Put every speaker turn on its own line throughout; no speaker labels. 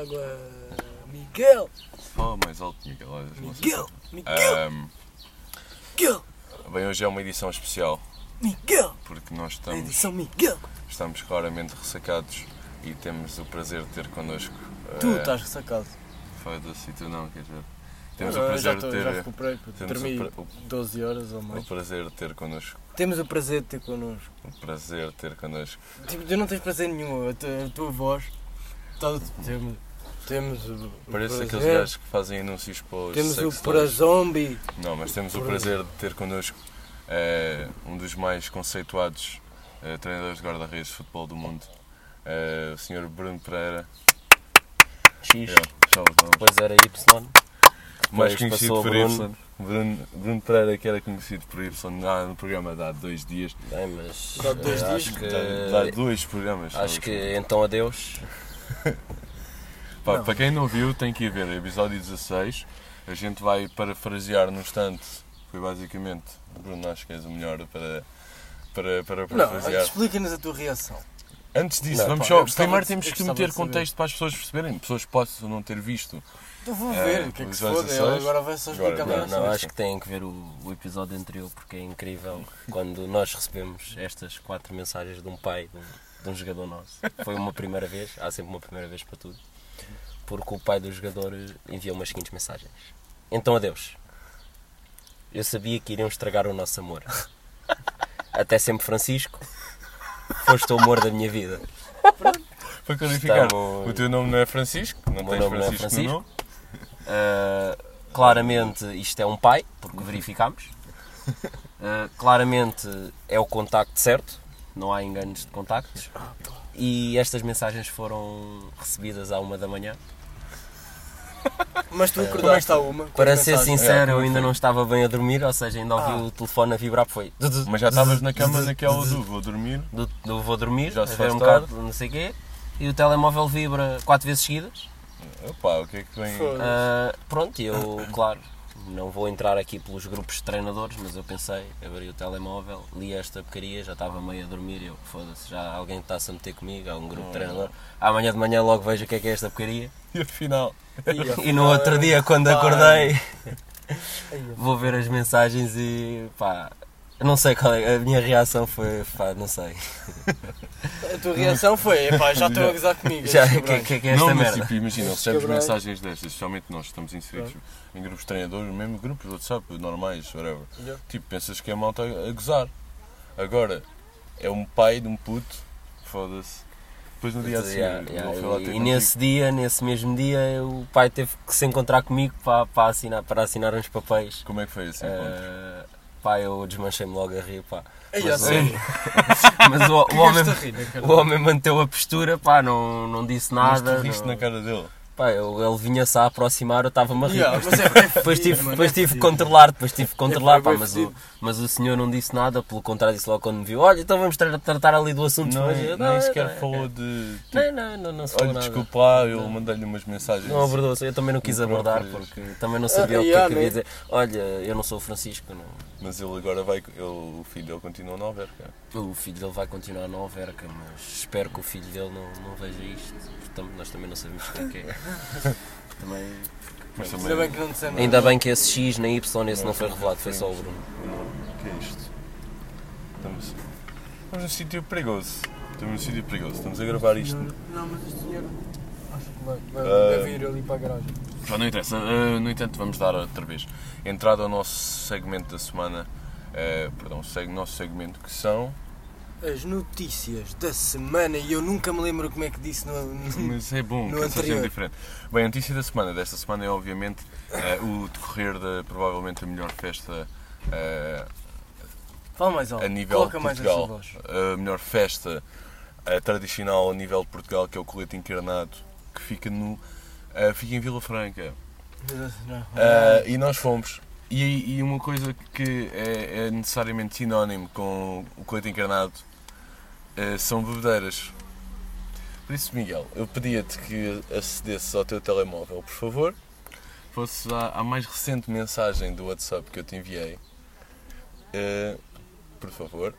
um
Miguel,
Fala mais alto, Miguel. olha, não sei.
Miguel, Miguel,
Ahm,
Miguel,
bem, hoje é uma edição especial
Miguel,
porque nós
a
estamos,
edição Miguel.
estamos claramente ressacados e temos o prazer de ter connosco.
Tu tá.
eh,
estás ressacado.
Foda-se, e tu não, quer dizer. Temos
Eu
o
já,
prazer de
tô- já
ter.
recuperei, puto.
Temos
dormi
o, pra- o-
12 horas ou
o
mais.
prazer de ter connosco.
Temos o prazer de ter connosco.
O prazer de ter connosco.
Tipo, tu não tens prazer nenhum, a, tu- a tua voz. Todo, temos, temos o.
Parece
o
aqueles
prazer,
gajos que fazem anúncios para os
Temos
sex
o
toys.
para zombie.
Não, mas temos o
Por-
prazer de ter connosco eh, um dos mais conceituados eh, treinadores de guarda-redes de futebol do mundo, eh, o senhor Bruno Pereira.
X, É.
Eu, salve, vamos.
depois era Y.
Mais
depois
conhecido
passou
por
Bruno.
Y. Bruno, Bruno Pereira, que era conhecido por Y há- no programa de há dois dias.
Bem, mas.
Dá dois
eh,
dias.
acho que.
Há- Há dois programas.
Acho
sabe?
que então adeus.
Pá,
Não.
para quem não viu, tem que ir ver. Episódio 16. A gente vai parafrasear no instante. Foi basicamente. Bruno, acho que és o melhor para, para, para
Não,
parafrasear.
explica-nos a tua reação.
É, Antes disso,
Não,
vamos
pá, eu
só.
gostava
Primeiro
de-
temos
eu
que
gostava
meter
de saber.
contexto para as pessoas perceberem. Pessoas que possam não ter visto.
Eu vou
É,
ver, o que é que se foda?
visualizações.
Ele agora vai só
Agora,
explicar
não,
Não,
a
não,
reação.
acho que têm que ver o, o episódio anterior porque é incrível quando nós recebemos estas quatro mensagens de um pai, de um, de um jogador nosso. Foi uma primeira vez, há sempre uma primeira vez para tudo. Porque o pai do jogador eh, enviou umas seguintes mensagens. Então adeus. Eu sabia que iriam estragar o nosso amor. Até sempre Francisco. Foste o amor da minha vida.
Para clarificar,
Estamos-
o teu nome não é Francisco. Não
O meu
tens
nome não é
Francisco, no nome.
Uh, claramente isto é um pai, porque verificámos. Uh, claramente é o contacto certo, não há enganos de contactos. E estas mensagens foram recebidas à uma da manhã.
Mas
é.
tu acordaste tá a uma. com
Para
as
ser
mensagens.
sincero, eu ainda não estava bem a dormir, ou seja, ainda ouvi
Ah.
o telefone a vibrar, foi do,
Mas já estavas na cama naquela do vou dormir.
do vou dormir,
Já
já
se
se
faz
um
tarde.
bocado, não sei o quê, e o telemóvel vibra quatro vezes seguidas.
Opa, o que é que vem.
Foda-se.
Ah, pronto, eu, claro, não vou entrar aqui pelos grupos de treinadores, mas eu pensei, abri o telemóvel, li esta porcaria, já estava meio a dormir, eu, foda-se, já alguém está-se a meter comigo, há um grupo de treinador. Amanhã de manhã logo vejo o que é que é esta porcaria.
E afinal.
E no outro dia, quando
Pai.
acordei,
Ai,
vou ver as mensagens e, pá, não sei qual é, a minha reação foi, pá, não sei.
A tua reação foi, epá, já estão a gozar comigo.
Já, o
estes
que, é- que é que é
Não,
esta
mas
merda?
tipo, imagina,
Estes
recebemos
cabrões.
mensagens destas, especialmente nós que estamos inseridos em grupos de treinadores, mesmo grupos de WhatsApp, normais, whatever.
Yeah.
Tipo, pensas que é malta a gozar. Agora, é um pai de um puto, foda-se. Depois no dia a seguir,
é, Yeah, yeah,
ele foi lá ter
e- e
contigo.
nesse dia, nesse mesmo dia, o pai teve que se encontrar comigo para, para, assinar, para assinar uns papéis.
Como é que foi esse encontro?
Eh, pá, eu desmanchei-me logo a rir, pá.
Ai,
Mas
a sério.
o- Mas o, o homem,
Esta rina, cara.
o homem manteve a postura, pá, não, não disse nada.
mas tu riste
não-
na cara dele.
Pá, eu- ele vinha-se a aproximar, eu estava-me a rir.
Yeah,
Mas
mas é- é
Depois
fedido,
tive,
mano,
depois
é
tive que
fedido.
controlar, depois tive que controlar,
É,
pá,
foi
mas o,
fedido.
mas o senhor não disse nada, pelo contrário disse logo quando me viu, olha, então vamos tra- tratar ali do assunto.
Não,
depois."
nem,
Eu,
nem
é,
sequer
não é.
falou de. tipo,
Não, não, não, não se falou
Olha,
nada.
desculpa lá, eu mandei-lhe umas mensagens.
Não abordou, eu também não quis
Não
abordar
próprias.
porque também não sabia
Ah,
o que
yeah,
é que
né?
havia dizer. Olha, eu não sou o Francisco, não.
Mas ele agora vai. Ele, o filho dele continua a não haver, cara.
o filho dele vai continuar na Alverca, mas espero que o filho dele não, não veja isto, porque tam- nós também não sabemos o que é que é. também...
Mas
Ainda bem que não dissemos.
Ainda bem que esse X nem Y esse não foi revelado, foi só o Bruno.
O que é isto? Estamos, estamos num sítio perigoso. Estamos num sítio perigoso. Estamos a gravar isto.
Não, mas este dinheiro acho que vai,
Ah.
vai, vai vir ali para a garagem.
Mas não interessa. Uh, no entanto, vamos dar outra vez entrada ao nosso segmento da semana. Uh, perdão, segue o nosso segmento que são.
As notícias da semana e eu nunca me lembro como é que disse no. no...
Mas é bom,
No
que é sempre
anterior.
diferente. Bem, a notícia da semana, desta semana é obviamente eh, o decorrer da provavelmente a melhor festa eh,
Fala mais alto.
a nível
Coloca
de
mais
Portugal,
essa voz.
a melhor festa eh, tradicional a nível de Portugal, que é o colete encarnado, que fica no eh, fica em Vila Franca.
Não.
Ah.
Eh, e nós fomos. E, e uma coisa que é, é necessariamente sinónimo com o colete encarnado eh, são bebedeiras. Por isso, Miguel, eu pedia-te que acedesses ao teu telemóvel, por favor. Fosses à, à mais recente mensagem do WhatsApp que eu te enviei. Eh, por favor.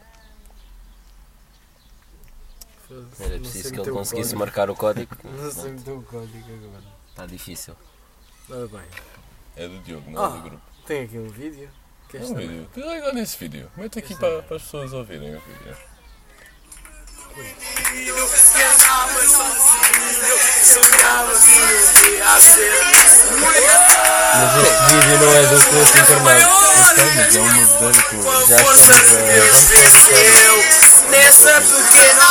Foda-se,
Era
não sei
preciso que
meter
ele
o
conseguisse
código.
marcar o código.
Não sei meter o código agora.
Está difícil.
Ora bem,
É do Diogo, não é
Ah.
do grupo.
tem aqui um vídeo. Que
É
este
um
também.
vídeo. Olha nesse vídeo. Mete aqui para, para as pessoas ouvirem o vídeo.
Sonhava sozinho, sonhava sozinho a ser mulher.
Mas este vídeo não é do Clube Encarnado.
Mas é
um
uma verdadeira
Com a
coisa.
força de Deus venceu nessa pequena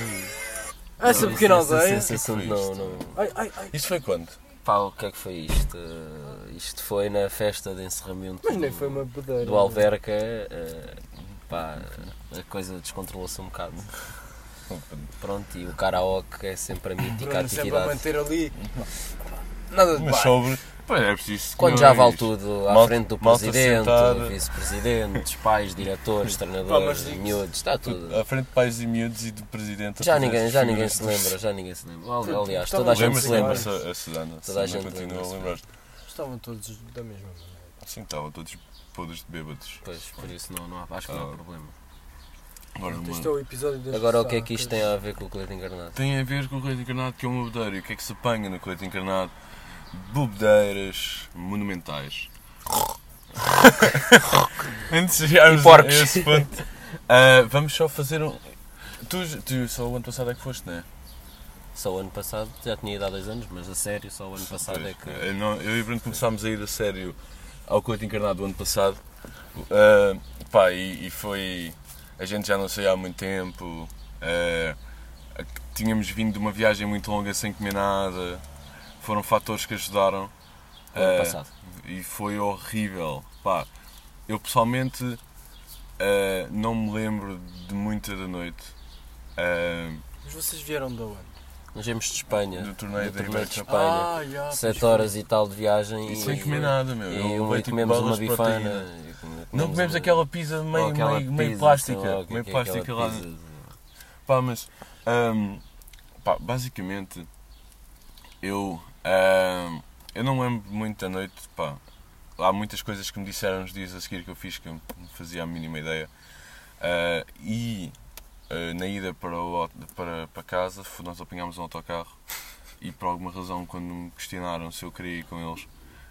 aldeia.
Essa pequena aldeia.
Esse assunto não, não.
Ai, ai, ai.
Isto foi quando?
Pá, o que é que foi isto? Eh, Isto foi na festa de encerramento
Mas nem
do-
foi uma bedeira.
do Alverca. eh, pá, a coisa descontrolou-se um bocado. Pronto, e o karaoke é sempre a mítica
Bruno sempre a
atividade.
manter ali. Nada de
Mas
baixo.
sobre. Pois é preciso. que
Quando
eu
já
veja
vale
isto.
tudo, à
Malta-
frente do
malta
presidente,
sentada.
vice-presidentes, pais, diretores, treinadores,
digo-te,
miúdos, está Tá tudo.
À frente de pais e miúdos e do presidente. ah, a
Já
fazer
ninguém,
as
já ninguém
figuras
se
dos-
lembra, já ninguém se lembra. Ali-
Então,
Aliás,
então
toda a gente
lembra-se
se
Lembra-se
lembra.
lembra-se a, a Susana.
Toda a
Susana
gente
continua a
lembra-se.
lembrar-se.
Estavam todos da mesma maneira.
Sim, estavam todos podres de bêbados.
Pois, por isso não, não há, acho que não há
Ah.
problema.
Agora, uma-
Este é o episódio das
Agora, o que é que isto
sacas.
tem a ver com o colete encarnado?
Tem a ver com o colete encarnado, que é um bebedeiro. E o que é que se apanha no colete encarnado? Bebedeiras monumentais. Antes de chegarmos
E porcos.
a esse ponto, ah, vamos só fazer um. Tu, tu só o ano passado é que foste, não é?
Só o ano passado, já tinha ido há dois anos, mas a sério, só o ano passado é que.
Pois, eh, não, eu e o Bruno começámos a ir a sério ao Coito Encarnado do ano passado. Ah, pá, e, e foi. A gente já não saía há muito tempo. ah, a- tínhamos vindo de uma viagem muito longa sem comer nada. Foram fatores que ajudaram.
o ano
Ah,
passado.
e foi horrível. Pá, eu pessoalmente ah, não me lembro de muita da noite. Ah,
Mas vocês vieram de onde? Ah,
Nós viemos de Espanha.
Do torneio da
torneio
Ibérica.
Espanha.
já, pois
7
foi.
horas e tal de viagem.
E sem comer nada, meu.
E, um
Eu levei,
e
tipo,
comemos uma
barras de
bifana.
proteína.
e come-
Não comemos
uma-
aquela pizza
ou
meio,
aquela
meio, meio
pizza, sei lá
plástica.
o que é
meio
que é
plástica
aquela
lá.
pizza de-
Pá, mas. hum, ahm, pá, basicamente. Eu. ahm, eu não lembro muito da noite. Pá, há muitas coisas que me disseram nos dias a seguir que eu fiz que eu não fazia a mínima ideia. Ah, e. ah, na ida para, o, au- para, para casa, fu- nós apanhámos um autocarro e por alguma razão, quando me questionaram se eu queria ir com eles,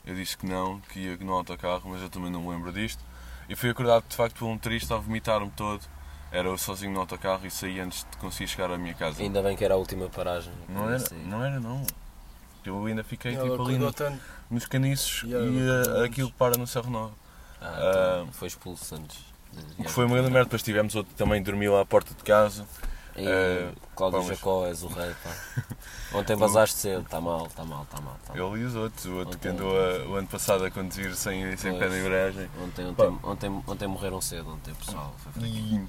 eu disse que não, que ia no autocarro, mas eu também não me lembro disto. E fui acordado de facto por um triste a vomitar-me todo. Era eu sozinho no autocarro e saí antes de conseguir chegar à minha casa.
Ainda bem que era a última paragem.
Não era,
Assim.
não era não. Eu ainda fiquei
Ela
tipo ali
acordou
no-
tanto.
nos caniços
E ela
e
acordou
ah,
antes.
aquilo para no Cerro Novo.
Ah, então
Ah.
foi expulso antes.
O que foi uma grande merda, depois tivemos outro que também dormiu à porta de casa.
E
Ah,
Cláudio
pá, mas-
Jacó, és o rei, pá. Ontem vazaste cedo, está mal, está mal, está mal. Tá mal.
Ele e os outros, o outro que
Ok.
andou a- o ano passado a conduzir sem, sem pé de garagem.
Ontem, ontem, ontem, ontem morreram cedo, ontem pessoal. Foi fraquinho.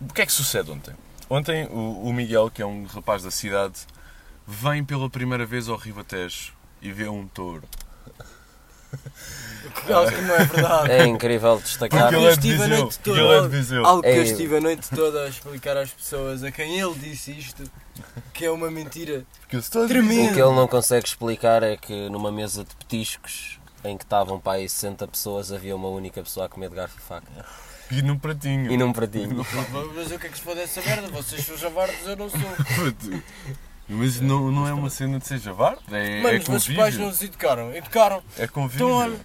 E o que é que sucede ontem? Ontem o, o Miguel, que é um rapaz da cidade, vem pela primeira vez ao Ribatejo e vê um touro.
Algo que não é verdade.
É incrível destacar.
Porque
Eu
ele é de
estive a
Viseu,
noite
porque ele é de
toda-
Viseu.
Algo que eu
É.
estive a noite toda a explicar às pessoas a quem ele disse isto, que é uma mentira.
Porque eu estou a dizer-
O
Tremendo.
que ele não consegue explicar é que numa mesa de petiscos em que estavam para aí 60 pessoas havia uma única pessoa a comer de garfo e faca.
E num pratinho.
E num pratinho.
Mas o que é que se pode essa merda? Vocês são javardos, eu não sou.
Puto. Mas não, não é uma
tá.
cena de ser javar, é,
Mano,
é
os vossos pais não
convívio.
nos educaram. Educaram.
É convívio.
Então, olha,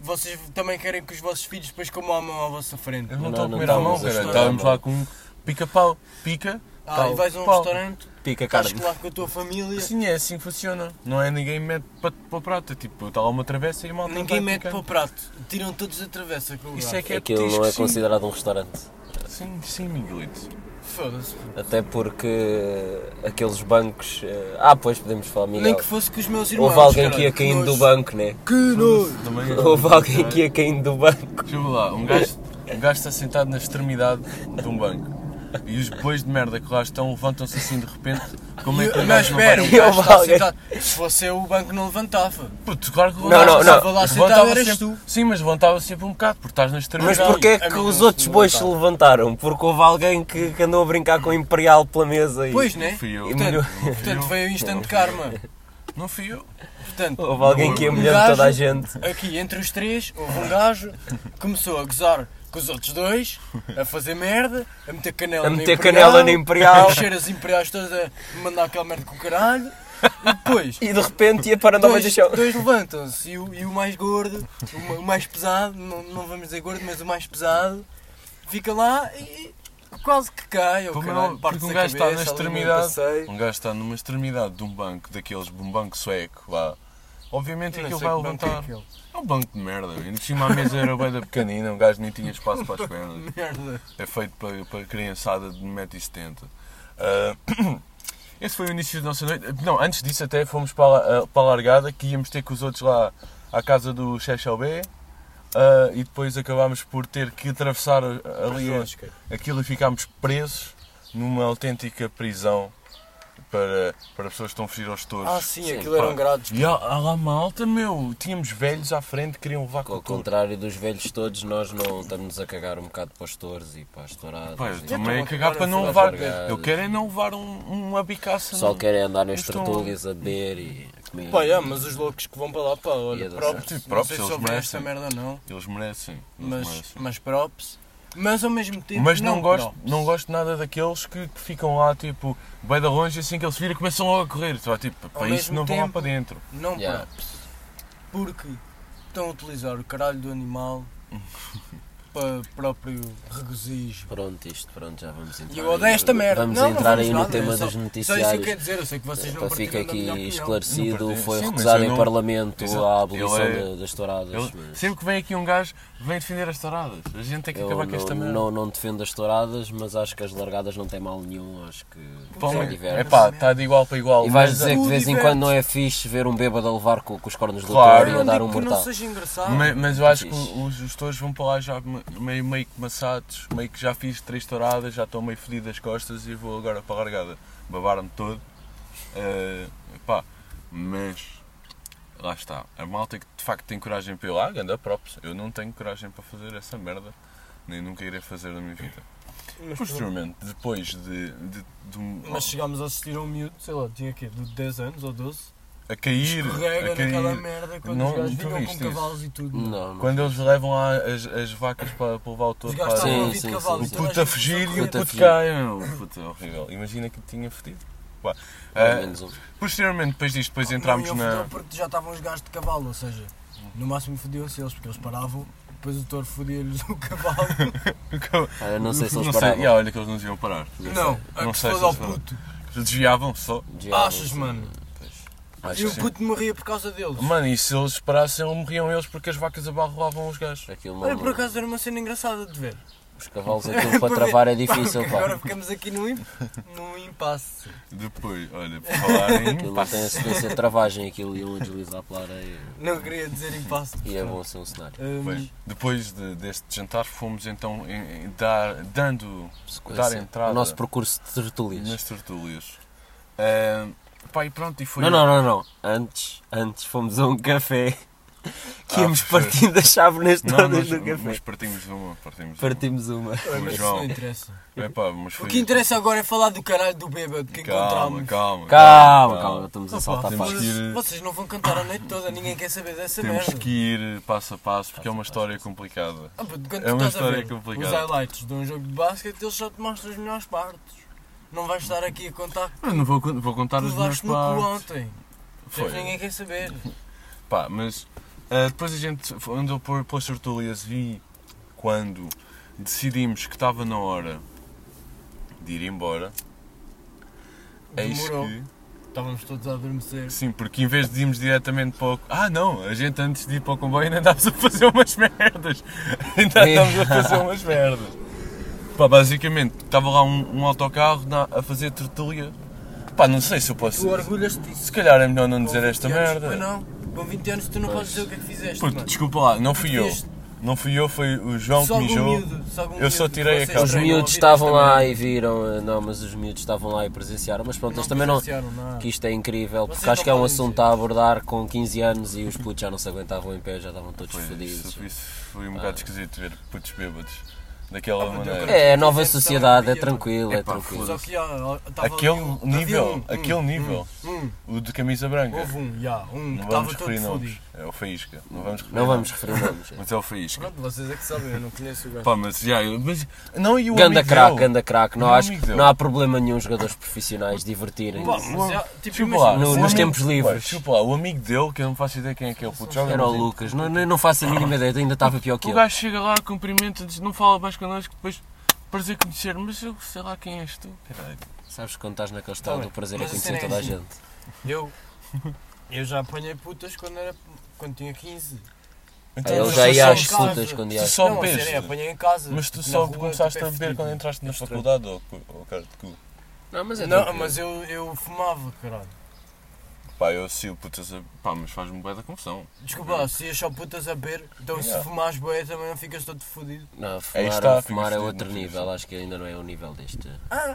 vocês também querem que os vossos filhos depois comam a mão à vossa frente.
Eu não
Não,
estou a
não
comer à mão,
estamos a
cara.
estudar,
Estávamos
não.
lá com um pica-pau, pica.
Ah,
tal,
e vais a um
pau.
restaurante,
Pica
estás
carne.
lá com a tua família,
Assim é, assim funciona. Não é ninguém mete para, para o prato. É Tipo, está lá uma travessa e mal
ninguém mete para o prato. Tiram todos a travessa com o
Isso
garfo.
é que é
Aquilo
petisco,
não é
sim.
considerado um restaurante.
Sim, sim, Miguelito.
Foda-se.
Até porque aqueles bancos. eh, Ah, pois podemos falar,
Nem
Miguel.
que fosse com os meus irmãos.
Houve alguém que ia
caralho,
caindo do
nojo.
banco, né?
Que nojo!
Também é um
Houve alguém que ia caindo do banco.
Deixa eu ver lá, um gajo, um gajo está sentado na extremidade de um banco. E os bois de merda que lá estão levantam-se assim de repente. Como é que
Eu-
um
Não,
gajo não
espera, o
vai?
gajo
Eu
está
valguei.
sentado. Se fosse eu, o banco não levantava.
Puto, claro que o
Não,
gajo
não,
estava
não.
lá sentado,
Levantava
era
sempre-
tu. Sim, mas levantava sempre um bocado, porque estás na
Mas
extremidade.
porquê é
a
que
mim não
os
se
outros bois se
levantaram.
levantaram? Porque houve alguém que, que andou a brincar com o Imperial pela mesa e.
Pois, né?
Fui eu.
E melhor-
Portanto, portanto veio o instante karma.
Não fui eu.
Portanto, um
Houve alguém que ia molhando toda a gente.
aqui entre os três, houve um gajo que começou a gozar com os outros dois, a fazer merda, a meter canela
A
no
meter
Imperial,
canela no Imperial.
a mexer as imperiais todas, a mandar aquela merda com o caralho. E depois,
E de repente ia parando ao meio do
dois,
chão.
dois levantam-se e o, e o mais gordo, o, ma- o mais pesado, não, não vamos dizer gordo, mas o mais pesado, fica lá e quase que cai. Ou
Como
caralho,
não?
parte
Porque um
da
gajo está na
cabeça, ali num
extremidade.
passeio.
Um gajo está numa extremidade de um banco, daqueles, de um banco sueco, vá. Obviamente
Eu
aquilo
não sei
vai
que banco é
levantar.
aquele.
É um banco de merda. E no cima a mesa era bem da pequenina, um gajo nem tinha espaço para as pernas.
Merda.
É feito para, para criançada de 1,70m. Ah, esse foi o início da nossa noite. Não, antes disso até fomos para a, la- ah, para a largada, que íamos ter com os outros lá à casa do Chechel B. ah, e depois acabámos por ter que atravessar a- ali
Oscar.
aquilo e ficámos presos numa autêntica prisão para, para pessoas que estão a fugir aos touros.
Ah, sim,
Sim,
aquilo
pá.
eram grados.
E há, há lá malta, meu. Tínhamos velhos à frente que queriam levar com
Ao
o touro.
contrário dos velhos todos, nós não estamos a cagar um bocado para os touros e para as touradas.
Pá, eu
e-
também a
estou
cagar
a
para não
falar
levar.
largadas.
Eu quero é não levar um, uma bicaça.
O pessoal
não.
quer é andar
Mas
nas
estão-
tertúlias a beber e a comer.
Pá, yeah, mas os loucos que vão para lá, pá, olha,
Ia dar
props.
certo.
Sim,
Não
props,
sei se
eles
houver esta
merecem.
merda ou não,
Eles merecem. Eles
mas,
merecem.
mas props. Mas ao mesmo tempo.
Mas não, gosto,
props.
não gosto nada daqueles que, que ficam lá, tipo, bem da longe, assim que eles viram, começam logo a correr. Só, tipo, para isso
mesmo
não vão lá
tempo-
para dentro.
Não
Yeah.
props. Porque estão a utilizar o caralho do animal para próprio regozijo.
Pronto, isto, pronto, já vamos entrar.
E eu odeio
aí-
esta merda.
Vamos
Não, não
entrar
vamos
aí no
nada,
tema
é só-
dos
Só isso eu
noticiários.
quero dizer, eu sei que vocês não
Para fica
partilham da minha
aqui
opinião.
Não
esclarecido,
partilho.
foi
Sim, mas
recusado
eu
em
não-
Parlamento
Exato.
a abolição
Ele é-
da- das touradas.
Eles-
mas
sempre que vem aqui um gajo, vem defender as taradas. A gente tem que
eu
acabar com esta
não,
merda.
não, não defendo as touradas, mas acho que as largadas não tem mal nenhum. Acho que
Pá,
são
meu,
diversas.
é pá, está de igual para igual.
E vais
mas- uh,
dizer que de vez em
diverso.
quando não é fixe ver um bêbado a levar com, com os cornos do
Claro.
touro e
Eu
a
não
dar um
digo que não
mortal.
seja engraçado.
Ma- Mas eu acho que
Tá Fixe.
os, os touros vão para lá já me- meio, meio que maçados, meio que já fiz três touradas, já estou meio fedido das costas e vou agora para a largada. Babaram-me todo. Eh, pá, mas lá está. A malta que de facto tem coragem para ir lá, anda próprios. Eu não tenho coragem para fazer essa merda, nem nunca irei fazer na minha vida. Posteriormente, depois de, de- de um-
Mas chegámos a assistir a um miúdo, sei lá, tinha quê? De 10 anos ou 12?
a cair,
Escorrega
a
naquela
cair.
merda quando
Não,
os gajos
tu
vinham
viste
com
isso?
cavalos e tudo.
Não, não.
Quando eles levam lá as, as vacas para, para levar o
Os
touro
gajos
para
estavam a
Sim,
ouvir
sim,
de cavalo.
sim,
O puto a fugir e o
Puto a
puto
fugir.
cai. meu. Puto, é horrível. Imagina que tinha fedido. Pá,
Pelo
ah,
menos um.
posteriormente, depois disto, depois entramos
não, iam
na.
foder porque já estavam os gajos de cavalo, ou seja, no máximo fodiam-se eles, porque eles paravam, depois o touro fodia-lhes o cavalo.
Ah, eu não sei se eles
sei.
paravam.
E, ah, olha que eles não deviam parar.
não, a
Não
que
sei se
se foda ao
eles pararam.
puto.
Desviavam só.
Já,
Achas,
não
mano?
sei. Acho
E
que
o
sim.
puto morria por causa deles.
Mano, e se eles parassem, morriam eles porque as vacas abarrolavam os gajos.
Aquilo não-
Olha, por acaso era uma cena engraçada de ver.
Os cavalos, aquilo para travar é difícil,
Porque Agora
pá.
ficamos aqui num, imp- num impasse.
Depois, olha, por falarem.
Aquilo não tem a sequência de travagem, aquilo iam deslizar pela areia.
Não queria dizer impasse.
E é bom ser um cenário.
Hum,
Depois de- deste jantar, fomos então em- em dar, dando
Sequência.
Dar entrada.
O nosso percurso de tertúlias.
nas tertúlias. Ah, pá, e pronto, e foi.
Não, não, não, não. Antes, antes fomos a um café que íamos partindo as chávenas
Ah, Não,
todas
nós-
no café.
mas partimos de uma. Partimos de uma.
Partimos uma.
olha, mas isso
João.
não interessa.
Epá, mas
O
foi-
que interessa agora é falar do caralho do bêbado que
Calma,
encontramos.
calma.
Calma, calma, estamos a
Opa,
saltar
Temos
para
que ir-
Vocês não vão cantar a noite toda, ninguém quer saber dessa
Temos
merda.
que ir passo a passo porque é uma história complicada.
Ah, puto, quando
É
tu
uma
estás a
história
ver
complicada.
Os highlights de um jogo de basquete, eles só te mostram as melhores partes. Não vais estar aqui a contar que
Eu não vou, vou contar
tu
as minhas
levaste no cu
partes.
ontem.
Foi.
Ninguém quer saber.
Pá, mas ah, depois a gente f- andou por, pelas tertúlias e quando decidimos que estava na hora de ir embora, eis
Demorou.
que.
Estávamos todos a adormecer.
Sim, porque em vez de irmos diretamente para o. Ah, não! A gente antes de ir para o comboio ainda andávamos a fazer umas merdas! Ainda andávamos a fazer umas merdas! Pá, basicamente, estava lá um, um autocarro na- a fazer tertúlia. Pá, não sei se eu posso.
Tu orgulhas-te disso.
Se calhar é melhor não
Com
dizer esta
20 anos,
merda.
Pois não. Com 20 anos tu não podes dizer o que é que fizeste.
Puto,
mano.
desculpa lá, não fui eu.
Fizeste.
Não fui eu, foi o João
Só
que
algum
mijou.
miúdo, só algum
Eu só
miúdo que
tirei a
vocês
calça.
Os
treinam a
miúdos
ouvir
estavam
esta
lá
merda.
e viram, eh, não, mas os miúdos estavam lá e presenciaram, mas pronto, eles
Não
também não.
presenciaram nada.
Que isto é incrível, porque
Vocês
acho que é
não
um
podem
assunto
dizer.
a abordar com 15 anos e os putos já não se aguentavam em pé, já estavam todos
Pois,
fodidos.
Isso, isso foi um bocado esquisito ver putos bêbados daquela
Ah,
maneira.
Deus,
É, a nova sociedade, é tranquilo, é
Epá,
tranquilo.
Só que, ó, ó, tava ali
Aquele
um- havia
nível,
um, um,
aquele nível,
um,
o de camisa branca.
houve um, já, um que
Não
estava
vamos
todo
referir nomes.
fudido.
É o Faísca. Não vamos referir
Não vamos
nomes.
referir nomes.
Mas é o Faísca.
Pronto, vocês é que sabem, eu não conheço o gajo.
Pá, mas já. Mas, não, e o
Ganda
amigo
craque,
dele?
ganda craque. Não,
Meu
acho,
amigo dele.
não há problema nenhum os jogadores profissionais divertirem-se.
Pá, mas já, tipo,
Chupa lá. o
imagina,
No- nos
um amigo-
tempos livres.
Ué, Chupa lá. O amigo dele, que eu não faço ideia quem é que é o puto joga.
Era o
mas-
Lucas, não, não, não faço a mínima ideia, ainda estava pior que
O
eu.
gajo chega lá, cumprimenta, diz não fala mais connosco, depois prazer conhecer, mas eu sei lá quem és tu. Caralho.
Sabes que quando estás naquele
Tá
estado,
bem,
o prazer é
mas a
conhecer
cena é
toda a
assim.
gente.
eu, eu já apanhei putas quando, era, quando tinha 15.
Então,
Ah, Ele
mas
já
tu
ia
só-
às
casa.
putas quando ia
Tu
às
só
não, a
bebes.
sério, eu apanhei em casa.
Mas tu
na
só
rua,
começaste
tipo, é
a beber
fedido.
quando entraste na
Estranho.
faculdade ou, cu- ou cara de cu?
Não, mas é
Não, mas eu, eu fumava, caralho.
Pá, eu associo putas a... Pá, mas faz-me bué da confusão.
Desculpa, lá, se ias só putas a beber, então
Yeah.
se fumares boi também não ficas todo fodido.
Não,
Aí
fumar,
está,
fumar
fica
é
fudido,
outro
não fica assim.
nível,
fudido.
acho que ainda não é o nível deste.
Ah.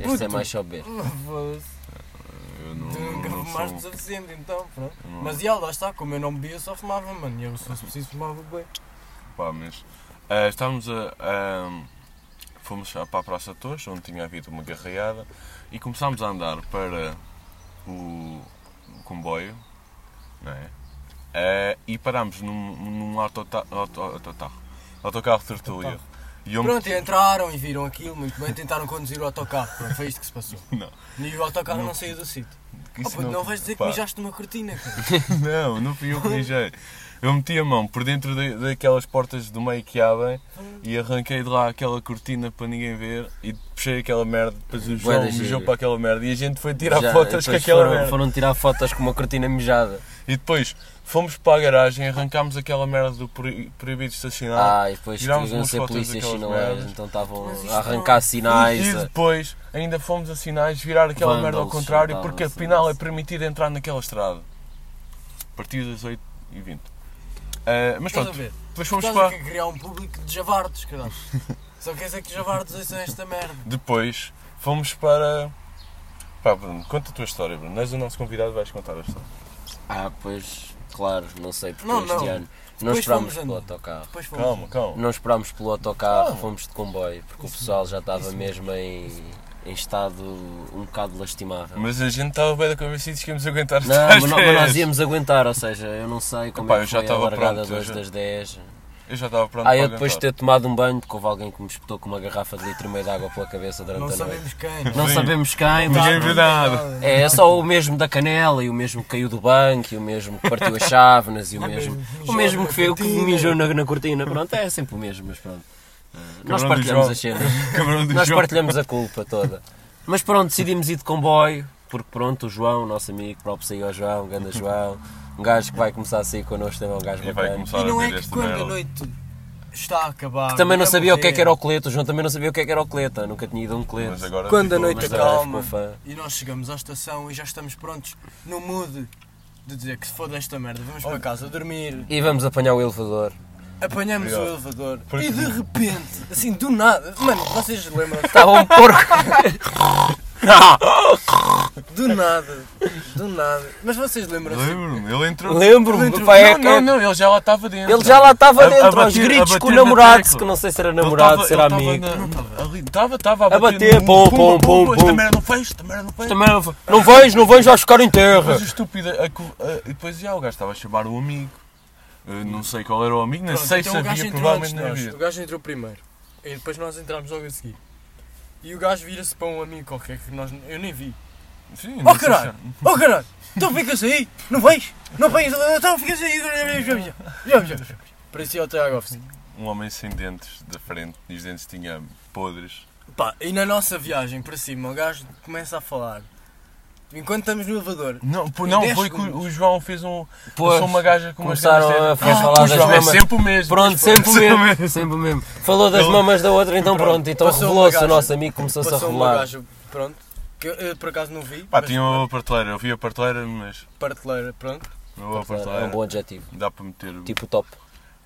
Este é mais só beber.
Foda-se.
Eu não,
Tu
não,
nunca
não
fumaste o
sou... um
suficiente, então, pronto.
não-
Mas já, lá está, como eu não bebia, só fumava, mano. E eu, se fosse preciso, fumava bem.
Pá, mas... ah, estávamos a... a- fomos à- para a Praça de Torres, onde tinha havido uma garreada, e começámos a andar para o, o comboio, não é? Ah, e parámos num, num autota- auto- autotarro. Autocarro Tertúlio. E eu me-
Pronto, entraram e viram aquilo, muito bem, tentaram conduzir o autocarro, pronto, foi isto que se passou.
Não.
E o autocarro não saiu do sítio.
que
Oh,
isso
puto, não, vais dizer que
pá.
mijaste numa cortina, cara.
Não, não fui eu que mijei. Eu meti a mão por dentro da- daquelas portas do meio que abrem e arranquei de lá aquela cortina para ninguém ver e puxei aquela merda. Depois o João
da
mijou
gíria.
para aquela merda e a gente foi tirar
Já,
fotos com
depois
aquela
foram,
merda.
foram tirar fotos com uma cortina mijada.
E depois fomos para a garagem, arrancámos aquela merda do proibido proibido de estacionar.
Ah, e depois
Tirámos
deviam
umas
ser
fotos
polícias
daquelas
chinelas,
merdas.
então estavam
Mas isto
a arrancar sinais.
E
a-
depois ainda fomos a sinais virar aquela
Vândalos,
merda ao contrário
vândalos,
porque
vândalos.
afinal é permitido entrar naquela estrada. A partir das 8 e 20 Ah, Mas
Estás a
pronto,
ver?
depois fomos
Estás
para.
aqui a criar um público de javardos, caralho. Só quer dizer que javardos ouçam esta merda.
Depois fomos para. Pá, Bruno, conta a tua história, Bruno. És o nosso convidado, vais contar a história.
Ah, pois, claro, não sei porque
Não,
este
não.
ano não
Depois
esperámos
fomos
pelo
andando.
autocarro.
Depois fomos.
Calma, calma.
Não esperámos pelo autocarro,
Não.
fomos de comboio, porque o pessoal já estava mesmo em, em estado um bocado lastimável.
Mas a gente estava bem da convencidos que íamos aguentar
Não,
até às
mas, nó- mas nós
10.
íamos aguentar, ou seja, eu não sei como
Epá,
é
eu
que
já
foi a
estava
largada
pronto, eu
das,
já-
das 10.
Eu já estava pronto
Ah,
para
eu depois de
aguentar.
ter tomado um banho, porque houve alguém que me espetou com uma garrafa de litro e meio de água pela cabeça
é?
durante
Não
a noite.
sabemos quem.
Não
Sim.
sabemos quem, mas...
Ninguém viu nada.
É, é só o mesmo da canela, e o mesmo que caiu do banco, e o mesmo que partiu as chávenas, e o mesmo,
mesmo que
o mesmo
mijou
que, fez,
na
que
cortina.
mijou na, na cortina. Pronto, é sempre o mesmo, mas pronto. Eh, Nós
É. do
partilhamos
João.
as cenas.
Ah.
Cabrão do
Nós
João.
partilhamos a culpa toda. Mas pronto, decidimos ir de comboio, porque pronto, o João, nosso amigo, próprio saiu ao João, um grande João, um gajo que vai começar a sair connosco também, um gajo
E vai
bacana.
começar
E não
a
é
ver
que
esta
quando
merda. Tá
a noite está a acabar.
Que também não
e a
sabia o que é que era
morrer,
o colete, o João também não sabia o que é que era o colete, eu nunca tinha ido a um colete.
Mas agora
Quando a
ficou-
noite
mas agora ficou
acalma
fã.
e nós chegamos à estação e já estamos prontos no mood de dizer que se foda esta merda, vamos para casa dormir.
E vamos apanhar o elevador.
Apanhamos
Obrigado.
o elevador
Porque-
e de repente, assim do nada, mano, vocês lembram-se?
Estava um porco!
Do nada, do nada. Mas vocês lembram-se?
Lembro-me, ele entrou.
Lembro-me,
Ele
meu pai é
entrou- Não,
que-
não, não, ele já lá estava dentro.
Ele já lá
A-
estava
a
dentro, aos
bater- a
gritos
bater
com o
na
namorado,
tecla.
que não sei se era
Ele
namorado,
tava-
se era
ele tava
amigo.
na- ali- Estava, estava a
A
bater.
bater,
no-
pum, pum, pum,
Esta
pum.
merda não fez, esta merda não fez.
Também não, não vejo, não vejo, vais ficar em terra.
Mas o estúpido, a co- a- e depois já o gajo estava a chamar um amigo. Eu não sei qual era o amigo, nem
Pronto,
sei
então
se
o gajo
havia,
entrou
provavelmente
antes
não
de nós.
havia.
O gajo entrou primeiro. E depois nós entramos logo a seguir. E o gajo vira-se para um amigo qualquer que nós, eu nem vi.
Sim,
Oh
não sei
caralho!
se-
Oh caralho! Então ficas aí! Não vais? Não vais? Então ficas aí! Parecia o Tiagovski.
Um homem sem dentes da frente, e os dentes tinha podres.
Pá, e na nossa viagem para cima o gajo começa a falar. Enquanto estamos no elevador.
Não, pô,
Em
não
É dez
foi que o
segundos.
o João fez um.
Pois,
Pois, uma gaja com umas
começaram
cenas
a
dentro.
falar das
o João
mesmas-
É sempre o mesmo.
Pronto, sempre o
Sempre
mesmo,
o
sempre o mesmo. Falou das
Ele-
mamas da outra, então pronto, então
Passou uma
revelou-se o
gaja.
nosso amigo, começou-se a
Passou uma
revelar.
gaja, pronto. Que eu, eu, por acaso não vi.
Pá,
mas
tinha uma boa parteleira, eu vi a parteleira, mas
Parteleira, pronto.
uma boa
É
parteleira.
um bom adjetivo,
Dá para meter. Tipo,
tipo top.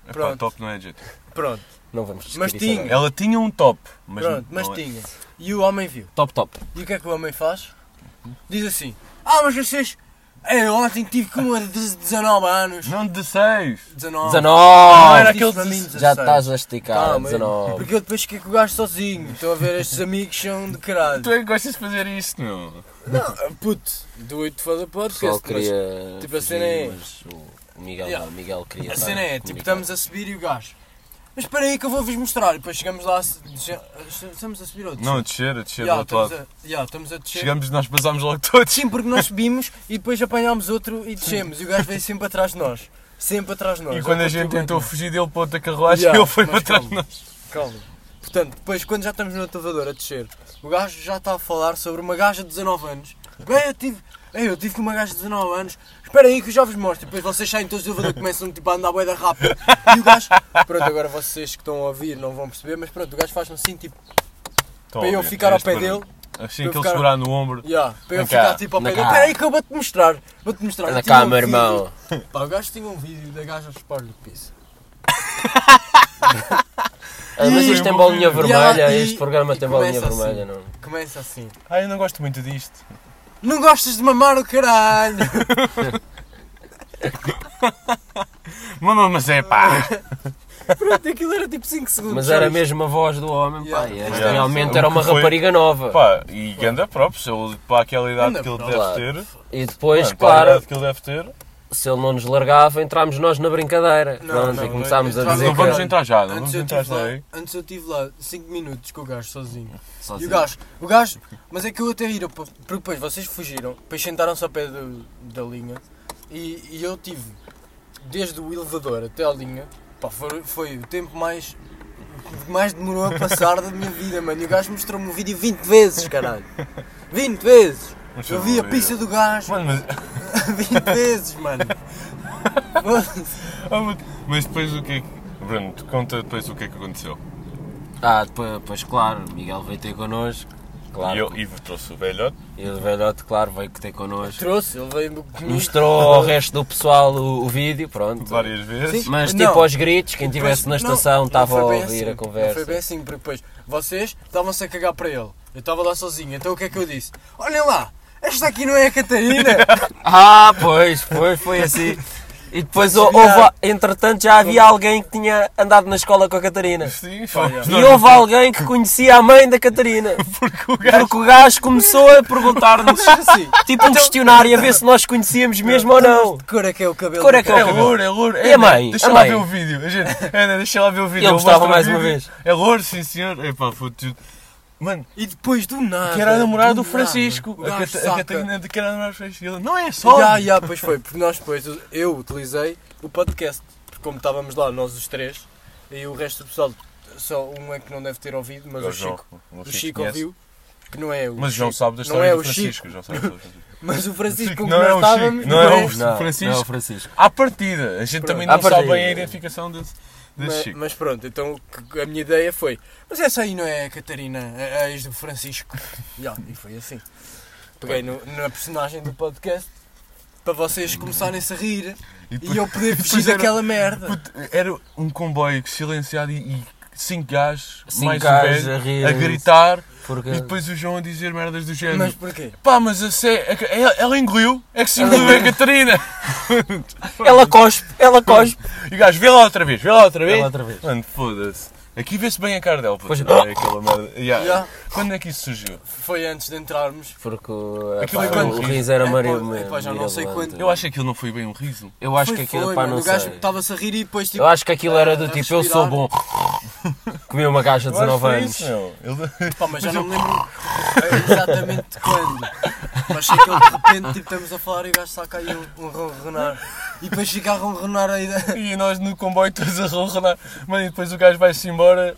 Epá,
pronto.
top não é jeito.
Pronto,
Não vamos discutir
Mas
isso
tinha.
agora.
Ela tinha um top, mas.
pronto,
não
mas
é.
tinha. E o homem viu.
Top, top.
E o que é que o homem faz? Diz assim: Ah, mas vocês Eu ontem tive com uma de 19 anos.
Não 16!
19.
19!
era
Disse
aquele
para mim
16.
Já
16.
estás a esticar,
Calma,
19.
Porque eu depois fiquei com o gajo sozinho. Estão a ver estes amigos são de caralho.
Tu é que gostas de fazer isto, meu?
Não, puto, doito fazer
Só
podcast. Mas
queria.
tipo, a
fugir,
cena é-
mas o Miguel,
Yeah.
não, o Miguel queria.
a
estar
cena é, tipo,
comunicar.
estamos a subir e o gajo. Mas espera aí que eu vou-vos mostrar. E depois chegamos lá. se- desce- Estamos a subir ou
Não, a descer, a descer
Ya,
do outro
estamos,
lado.
a, ya, estamos a descer.
Chegamos e nós passámos logo todos.
Sim, porque nós subimos e depois apanhámos outro e descemos. E o gajo veio sempre atrás de nós. Sempre atrás de nós.
E quando a
Eu
gente
consigo
tentou
aguentar.
fugir dele para outra carruagem,
Ya,
ele foi
mas
para trás de
calma.
nós.
Calma. Portanto, depois quando já estamos no elevador a descer, o gajo já está a falar sobre uma gaja de 19 anos. Bem, eu tive. Ei, eu tive com uma gaja de 19 anos. Espera aí que eu já vos mostro. E depois vocês saem todos do elevador e começam tipo, a andar bué da rápido. E o gajo. Pronto, agora vocês que estão a ouvir não vão perceber, mas pronto, o gajo faz-me assim, tipo, para eu ficar ao pé dele.
Assim
para eu
que ele
ficar-
segurar no ombro.
Ya, para eu
Vem cá,
ficar tipo ao pé
vem
dele.
cá.
Espera aí que eu vou-te mostrar. Vou-te mostrar. Eu
Anda
tinha
cá,
um
meu
vídeo-
irmão.
Pá, o gajo tinha um vídeo da gaja a raspar-lhe o piso.
Ah, Mas
Ih,
isto tem
eu
bolinha
vou-
vermelha,
e-
este programa
e
tem bolinha
começa assim.
vermelha, não?
Começa assim.
Ah, eu não gosto muito disto.
Não gostas de mamar o caralho?
Mas, mas- mas é pá!
Pronto, aquilo era tipo 5 segundos.
Mas era
sabes?
mesmo a voz do homem, pá.
Yeah. É um
e esta
Yeah.
Realmente
Sim.
era
O que
uma
foi-
rapariga nova.
pá e ganda props, ele, para aquela idade
Ganda
que ele
props.
deve
Claro.
ter.
E depois,
mano, Para a
claro,
idade que ele deve ter.
se ele não nos largava, entrámos nós na brincadeira.
Não,
Pronto,
não,
e começámos a
não,
dizer
Não vamos
é que...
entrar já, não é?
Antes
vamos
eu,
entrar
tive
já
lá,
aí.
antes eu tive lá 5 minutos com o gajo sozinho. E o
Sozinho.
gajo, o gajo, mas é que eu até ir, porque depois vocês fugiram, depois sentaram-se ao pé do- da linha e, e eu tive, desde o elevador até à linha, pá, foi, foi o tempo mais, que mais demorou a passar da minha vida, mano. E o gajo mostrou-me o vídeo 20 vezes, caralho. 20 vezes!
Mas
Eu vi a
não,
pista do gajo
Mano, mas,
20 vezes, mano.
ah, mas- mas depois o que é que. Bruno, tu conta depois o que é que aconteceu.
Ah, depois, pois claro, Miguel veio ter connosco.
E
Claro,
eu e trouxe o velhote.
e o velhote, claro, veio ter connosco.
Trouxe, ele veio comigo.
Mostrou ao resto do pessoal o, o vídeo, pronto.
várias vezes.
Sim.
Mas
Não.
tipo aos gritos, quem estivesse na
Não,
estação
não
estava
foi
a
bem assim.
ouvir a
Não foi bem
conversa.
assim, porque depois vocês estavam-se a cagar para ele. Eu estava lá sozinho, então o que é que eu disse? Olhem lá, esta aqui não é a Catarina!
Ah, pois, foi, foi assim. E depois, hou-
Desviar.
houve, entretanto, já havia alguém que tinha andado na escola com a Catarina.
Sim, fomos
E
nós.
houve alguém que conhecia a mãe da Catarina.
Porque o gajo.
Porque o gajo começou a perguntar-nos,
assim,
tipo um questionário, a ver se nós conhecíamos mesmo ou não.
de cor é que é o cabelo?
Cor é
do
que
cara?
É louro, é louro.
E a mãe?
Deixa
A
lá
mãe?
ver o vídeo. A gente, Ana, deixa lá ver o vídeo.
Ele
mostra
gostava
o
mais
vídeo.
uma vez.
É louro, sim senhor. Epá, foi tudo. Mano,
E depois do nada.
que era a namorada do
nada,
Francisco.
o
A,
gajo
Cata- a
Ah, saca. Oh,
Catarina de que era a namorada do Francisco. Ele, não é só.
Já, já, pois foi, porque nós depois, eu utilizei o podcast, porque como estávamos lá, nós os três, e o resto do pessoal, só um é que não deve ter ouvido, mas
É
o Chico, o Chico
conhece.
ouviu, que não é o
Mas o João
Chico.
sabe da
Não
história
é
do
o Chico.
Francisco. João sabe da história do Francisco.
Mas o Francisco com
Chico,
que
não
nós
é o Chico,
estávamos,
não é o
é.
Francisco.
Não,
Francisco.
não, o Francisco.
À partida. A gente também
À
não sabe
partida.
bem a identificação desse, desse
Mas,
Chico.
mas pronto, então o que- a minha ideia foi: mas essa aí não é a Catarina, a a ex do Francisco. Ya, e foi assim. Peguei no- na personagem do podcast para vocês começarem-se a rir e eu poder fugir
depois era-
daquela merda.
Puto, Era um comboio silenciado e, e cinco gajos,
Cinco
mais
gajos
um
a
velho,
rirem-se.
a, gritar
Porque...
e depois o João a dizer merdas do género.
Mas porquê?
Pá, mas a sé... a ca- ela, ela engoliu, é que se engoliu a Catarina.
Ela cospe, ela cospe.
E o gajo, vê lá outra vez, vê lá outra vez.
Ela outra vez.
Mano, foda-se. Aqui vê-se bem a cara dela, puto.
Pois-
É aquela merda. Yeah.
Yeah.
Quando é que isso surgiu?
Foi antes de entrarmos.
Porque o-
Aquilo
epá,
é quando-
o riso era
Epá,
Maria
epá, já não sei quando.
Eu acho que aquilo não foi bem um riso.
Eu acho
Foi,
que aquilo,
foi,
pá,
mano,
não
o gajo
sei.
estava-se a rir e depois tipo.
Eu acho que aquilo era
a
do tipo, eu sou
respirar.
bom. Comi uma caixa de 19 anos.
Pá, mas já não me lembro exatamente quando. Mas sei que ele de repente tipo, estamos a falar e o gajo saca aí um, um ronronar. E depois fica a ronronar aí. da-
E nós no comboio todos a ronronar. Mano, e depois o gajo vai-se embora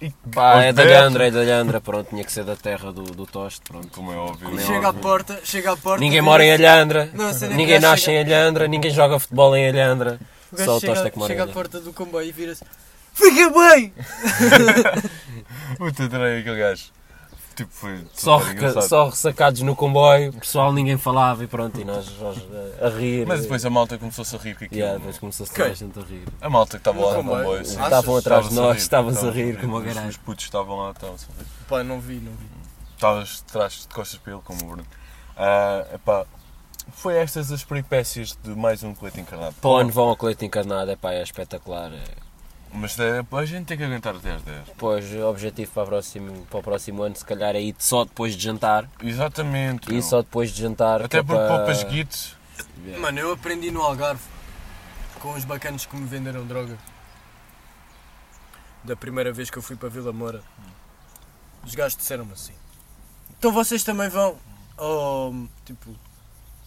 e...
Pá, é da
Aos pés.
Leandra, é da Leandra, pronto, tinha que ser da terra do, do Toste, pronto.
Como é óbvio.
né?
E chega à porta, chega à porta.
Ninguém mora em Alhandra,
Não, a cena é que
ninguém
o gajo
nasce
chega-
em Alhandra, ninguém joga futebol em Alhandra,
O
só
gajo
o Toste é que
chega,
mora em
chega à
Alhandra.
porta do comboio e vira-se. Fica bem!
Puta, adorei aquele gajo. Tipo, foi
Só,
super
reca-
engraçado.
só ressacados no comboio, É o pessoal ninguém falava e pronto, e nós, nós eh, a, a rir. eh,
Mas depois a malta começou-se a rir com aquilo.
Yeah, depois começou-se toda a gente a rir.
A malta que estava
No
lá no
comboio.
comboio.
Os
sim.
Achas?
Estavam atrás de
Estavam-se a
nós,
rir,
estavam-se a
estavam-se
rir como a
Os-
garagem.
Os putos estavam lá, estavam-se a rir.
Pá, não vi, não vi.
Estavas de trás de costas para ele, como o Bruno. Ah, epá, Foi estas as peripécias de mais um colete encarnado.
Para onde vão ao colete encarnado, é pá, é espetacular. é.
Mas é, a gente tem que aguentar até às 10.
Depois, o objetivo para o, próximo, para o próximo ano, se calhar, é ir só depois de jantar.
Exatamente.
E
meu.
só depois de jantar. que
Até
é
porque
para-
poupas guites.
Mano, eu aprendi no Algarve com os bacanos que me venderam droga. Da primeira vez que eu fui para Vila Moura, os gajos disseram-me assim: Então vocês também vão? Oh, tipo,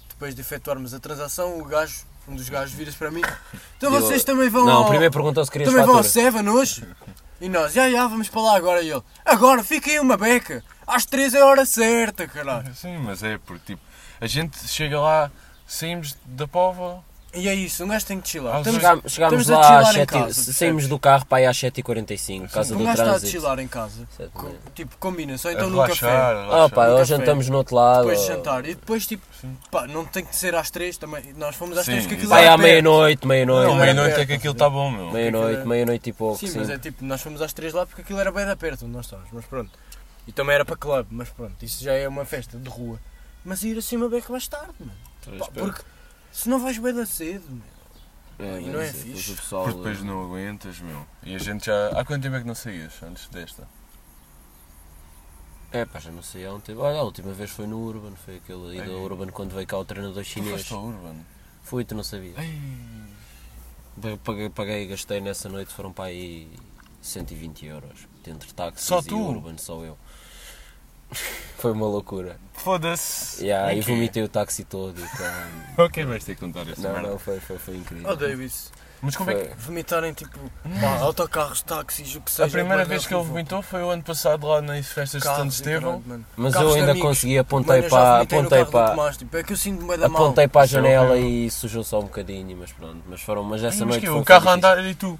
depois de efetuarmos a transação, o gajo, um dos gajos vira-se para mim: Então
Eu-
vocês também vão?
Não,
ao-
primeiro é perguntou se querias
Também vão ao
fatura.
Seven hoje? E nós, já, já, vamos para lá agora. E ele, agora fiquem uma beca. Às 3 é a hora certa, caralho.
Sim, mas é porque tipo, a gente chega lá, saímos da pova.
E é isso, um gajo tem que chilar.
Ah,
Estamos-
Chegámos, chegámos
estamos a
lá às
chilar em
7
casa,
Saímos do carro para aí às 7h45, por causa
Um
do
gajo está a
trânsito.
chilar em casa.
Sete,
Co-
né?
Tipo, combina, só
a
então num
relaxar, Ah,
café.
a relaxar.
Ah pá,
Um
ou
café.
jantamos no outro lado.
Depois de
ou-
jantar. E depois, tipo, pá, não tem que ser às três também. Nós fomos às
Sim,
três que aquilo
Vai
era
à
perto.
meia-noite,
Não,
meia-noite.
meia-noite é que aquilo está bom, meu.
assim. Meia-noite, meia-noite e pouco,
Sim,
sim.
mas é tipo, nós fomos às três lá porque aquilo era bem da perto onde nós estávamos, mas pronto. E também era para club, mas pronto, isso já é uma festa de rua. Mas ir assim uma beca mais tarde, mano. Pá, porque se não vais bem da cedo, mano. e não é
mas
fixe.
depois o pessoal-
Porque depois é- não aguentas, meu. E a gente já. Há quanto tempo é que não saías antes desta?
É pá, já não sei há um tempo. Olha, a última vez foi no Urban, foi aquele ida
Ei.
ao Urban quando veio cá o treinador
Tu
chinês.
foste ao Urban.
Fui, tu não sabias.
Ei,
Eu Paguei, paguei, gastei nessa noite, foram para aí 120 euros. Entre táxis
Só
e
tu?
Urban, só eu. Foi uma loucura.
Foda-se.
Yeah,
Em
e
quê?
vomitei o táxi todo. e tal.
Ok, vais ter que contar esta
Não,
merda.
não, foi, foi, foi incrível.
Oh, Davis,
Mas como é que.
Foi-
vomitarem tipo, pá, autocarros, táxis, o que seja.
A primeira
mano,
vez
é
que ele
horrível.
vomitou foi o ano passado lá nas festas de Santo
Carros e
Estevão.
caralho, mano.
Mas
Carros
eu
de
ainda
amigos.
consegui,
Mano,
apontei
eu já
para.
vomitei no
Apontei
carro do
para.
Tomás, tipo, é que eu sinto-me bué da mal.
Apontei para a
Isso é
janela
horrível.
e sujou só um bocadinho, mas pronto. Mas foram, mas essa
Ai, mas
noite
que é
foi um
o carro a
foi difícil.
andar e tu.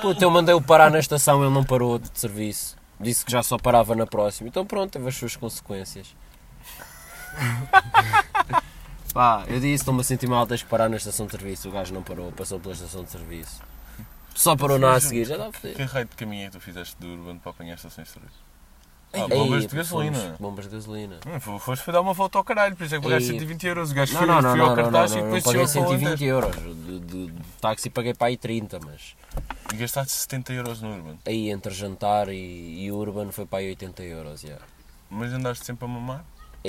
Puta, eu mandei-o parar na estação, ele não parou de serviço. Disse que já só parava na próxima. Então pronto, teve as suas consequências. Pá, eu disse, estou-me a sentir mal, tens que parar na estação de serviço. O gajo não parou, passou pela estação de serviço. Só parou na a seguir, já dá a foder.
Que raio de caminho é que tu fizeste do Urban para apanhar estações de serviço? Ah,
Ei,
bombas de
fomos-
gasolina.
Bombas de gasolina.
Hum, fo- Foste foi dar uma volta ao caralho, por isso é que pagaste
Ei.
120 euros. O gajo
Não,
foi,
não, não,
foi
não,
ao
não, não,
cartaz
não,
e
não
depois
paguei
chegou para o
120
Alentejo.
euros. De, de- de táxi paguei para aí 30, mas
E gastaste 70 euros no Urban.
aí entre jantar e, e Urban foi para aí 80 euros, já.
Mas andaste sempre a mamar?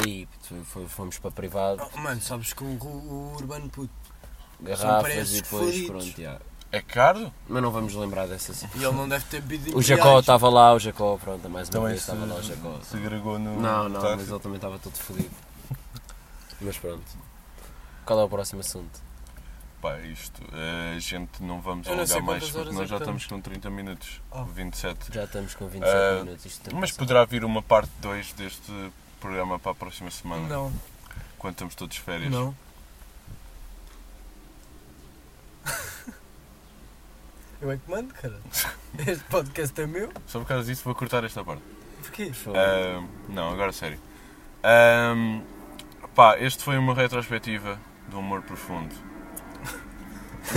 Aí foi- foi- fomos para privado,
Oh, Mano, sabes que o, o, o Urbano puto.
garrafas
preços
e depois
fodidos.
pronto, já.
É caro?
Mas não vamos lembrar dessa cena.
E ele não deve ter bebido
O
em
Jacó tá-
reais.
estava lá, o Jacó, pronto, mais uma
Também
vez
é se,
estava lá o Jacó.
se agregou no.
Não, não,
táxi.
mas ele também estava todo fodido. Mas pronto. Qual é o próximo assunto?
Pá, isto. eh, A gente não vamos
Eu não sei
alongar mais
quantas
porque
horas é
nós
que
já estamos com 30 minutos.
Oh.
27.
Já estamos com 27
Ah,
minutos. Isto tem
Mas
passado.
poderá vir uma parte 2 deste programa para a próxima semana,
Não,
quando estamos todos de férias.
não. Eu é que mando, cara. Este podcast é meu.
Só por causa disso vou cortar esta parte.
Porquê?
Foi-
Ahm, não, agora sério. Ahm, pá, este foi uma retrospectiva do amor profundo.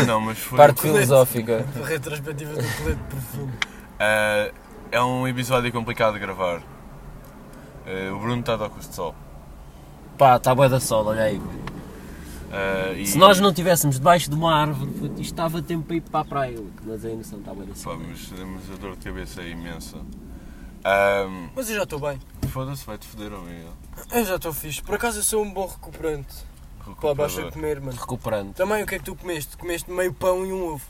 Não, mas foi. um
Parte filosófica.
A retrospectiva do colete profundo.
Ah, é um episódio complicado de gravar. Ah, o Bruno está de óculos de sol.
Pá, está boa da sol, olha aí.
Ah, e-
Se nós não estivéssemos debaixo de uma árvore, puto, isto estava tempo para ir para a praia. puto, Mas aí não são está bem
Pá,
assim.
mas, mas a dor de cabeça é imensa. Ahm,
Mas eu já estou bem.
Foda-se, vai-te foder, ó Miguel.
Eu já estou fixe. Por acaso eu sou um bom recuperante. Pá, basta
Recuperador.
comer, mano.
Recuperando.
Então,
Também o que é que tu comeste? Comeste meio pão e um ovo.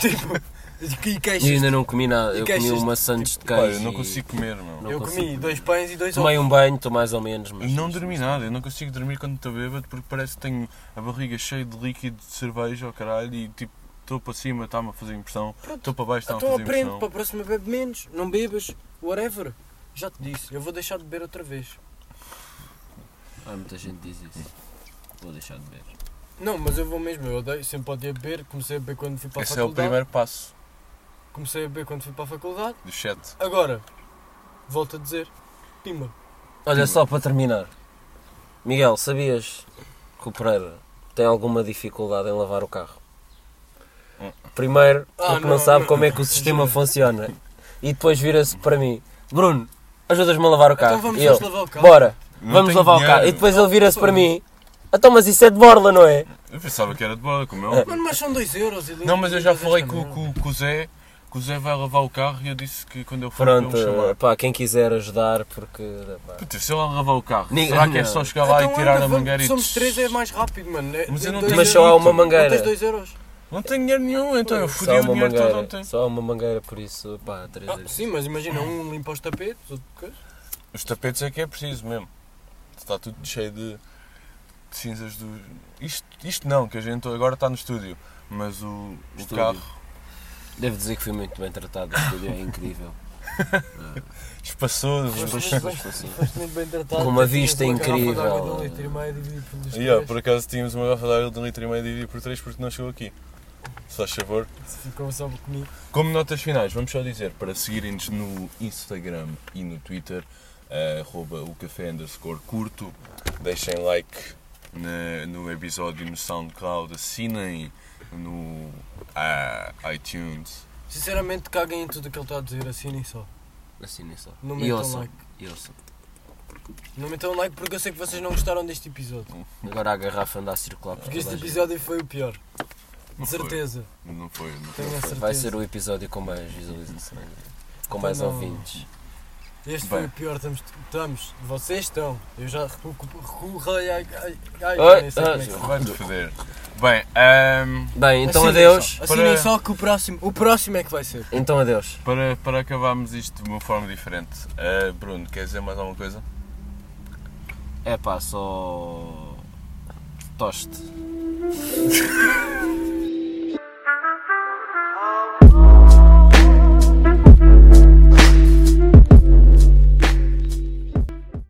tipo, e
é
E
queixas.
ainda não comi nada. Eu comi
queixas-te,
uma Santos de
Pá,
queijo.
Tipo, eu não
e
consigo comer, meu.
Não
Eu
consigo
comi
comer.
dois pães e dois ovos.
Tomei um banho, estou mais ou menos.
E
Mas
não dormi nada, eu não consigo dormir quando estou bêbado porque parece que tenho a barriga cheia de líquido de cerveja ao caralho e tipo, estou para cima, está-me a fazer impressão, estou para baixo, está-me a
Então
fazer
aprende,
impressão.
para a próxima bebe menos, não bebas, whatever. Já te disse, eu vou deixar de beber outra vez.
Há muita gente que diz isso. Vou deixar de ver.
Não, mas eu vou mesmo, eu odeio, sempre odeio beber, comecei a beber quando fui para a
Esse é o
faculdade.
primeiro passo
Comecei a beber quando fui para a faculdade.
do chat.
Agora, volto a dizer, pima.
Olha só para terminar. Miguel, sabias que o Pereira tem alguma dificuldade em lavar o carro? Primeiro,
Ah,
porque não,
não,
sabe
não.
como é que o sistema funciona. E depois vira-se para mim: Bruno, ajudas-me a lavar o carro.
Então vamos
E eu,
hoje lavar o carro.
Bora,
Não
vamos
tenho
lavar o
dinheiro.
carro. E depois ele vira-se para mim: Então, mas isso é de borla, não é?
Eu pensava que era de bola, como é óbvio.
Mano, mas são 2 euros. e
Não, mas eu já falei
esta
com,
merda.
com- com o Zé, que o Zé vai lavar o carro e eu disse que quando eu for para
Pronto,
ele chamar.
pá, quem quiser ajudar, porque. pá,
Puta, se ele lavar o carro,
Ninguém-
será que é só chegar lá
Então
e tirar
anda,
a
vamos,
mangueira e...
Somos 3 é mais rápido, mano. É-
Mas eu não
dois
tenho-
Mas só há
euros.
uma
Não
mangueira.
tens 2 euros?
Não tenho dinheiro nenhum, então eu fodi
Só
o
uma
dinheiro todo
mangueira.
ontem.
Só uma mangueira, por isso, pá, três
Ah,
euros.
sim, mas imagina, um limpa os tapetes, outro coisa.
Os tapetes é que é preciso mesmo. Está tudo cheio de, de cinzas do. Isto, isto não, que a gente agora está no estúdio. Mas o, o
Estúdio.
carro
Devo dizer que fui muito bem tratado, o estúdio é incrível.
espaçoso.
Foste muito bem tratado.
Com uma
Tinhas
vista
uma garrafa
incrível.
de água de um litro e meio dividida por dois
E ó,
três.
por acaso tínhamos uma garrafa de água de um litro e meio dividida por 3 porque não chegou aqui. Se faz favor.
Ficou só comigo.
Como notas finais, vamos só dizer para seguirem-nos no Instagram e no Twitter, eh, arroba o café underscore curto. Deixem like na- no episódio no SoundCloud, assinem no ah, iTunes.
Sinceramente, caguem em tudo o que ele está a dizer, assinem só.
Assinem assim, só.
Não
E
metam
ouçam.
like.
E ouçam.
Não metam um like porque eu sei que vocês não gostaram deste episódio.
Agora a garrafa anda a circular por
Porque este
toda a gente.
episódio foi o pior.
Não
De
foi.
certeza.
Não foi, não foi.
Tenho a certeza. Então
Vai ser o episódio com mais visualizações. Com mais
Não.
ouvintes.
Este foi
Bem.
o pior. Estamos, estamos. Vocês estão. Eu já recorrei. Ai, ai,
Ai,
ai,
ah,
nem sei como é que se
Vai-me foder. Bem, ahm,
Bem, então
Assinem
adeus.
só. Assinem
Para-
só que o próximo, o próximo é que vai ser.
Então adeus.
para, para acabarmos isto de uma forma diferente, ah, Bruno, quer dizer mais alguma coisa?
É pá, só. Toste.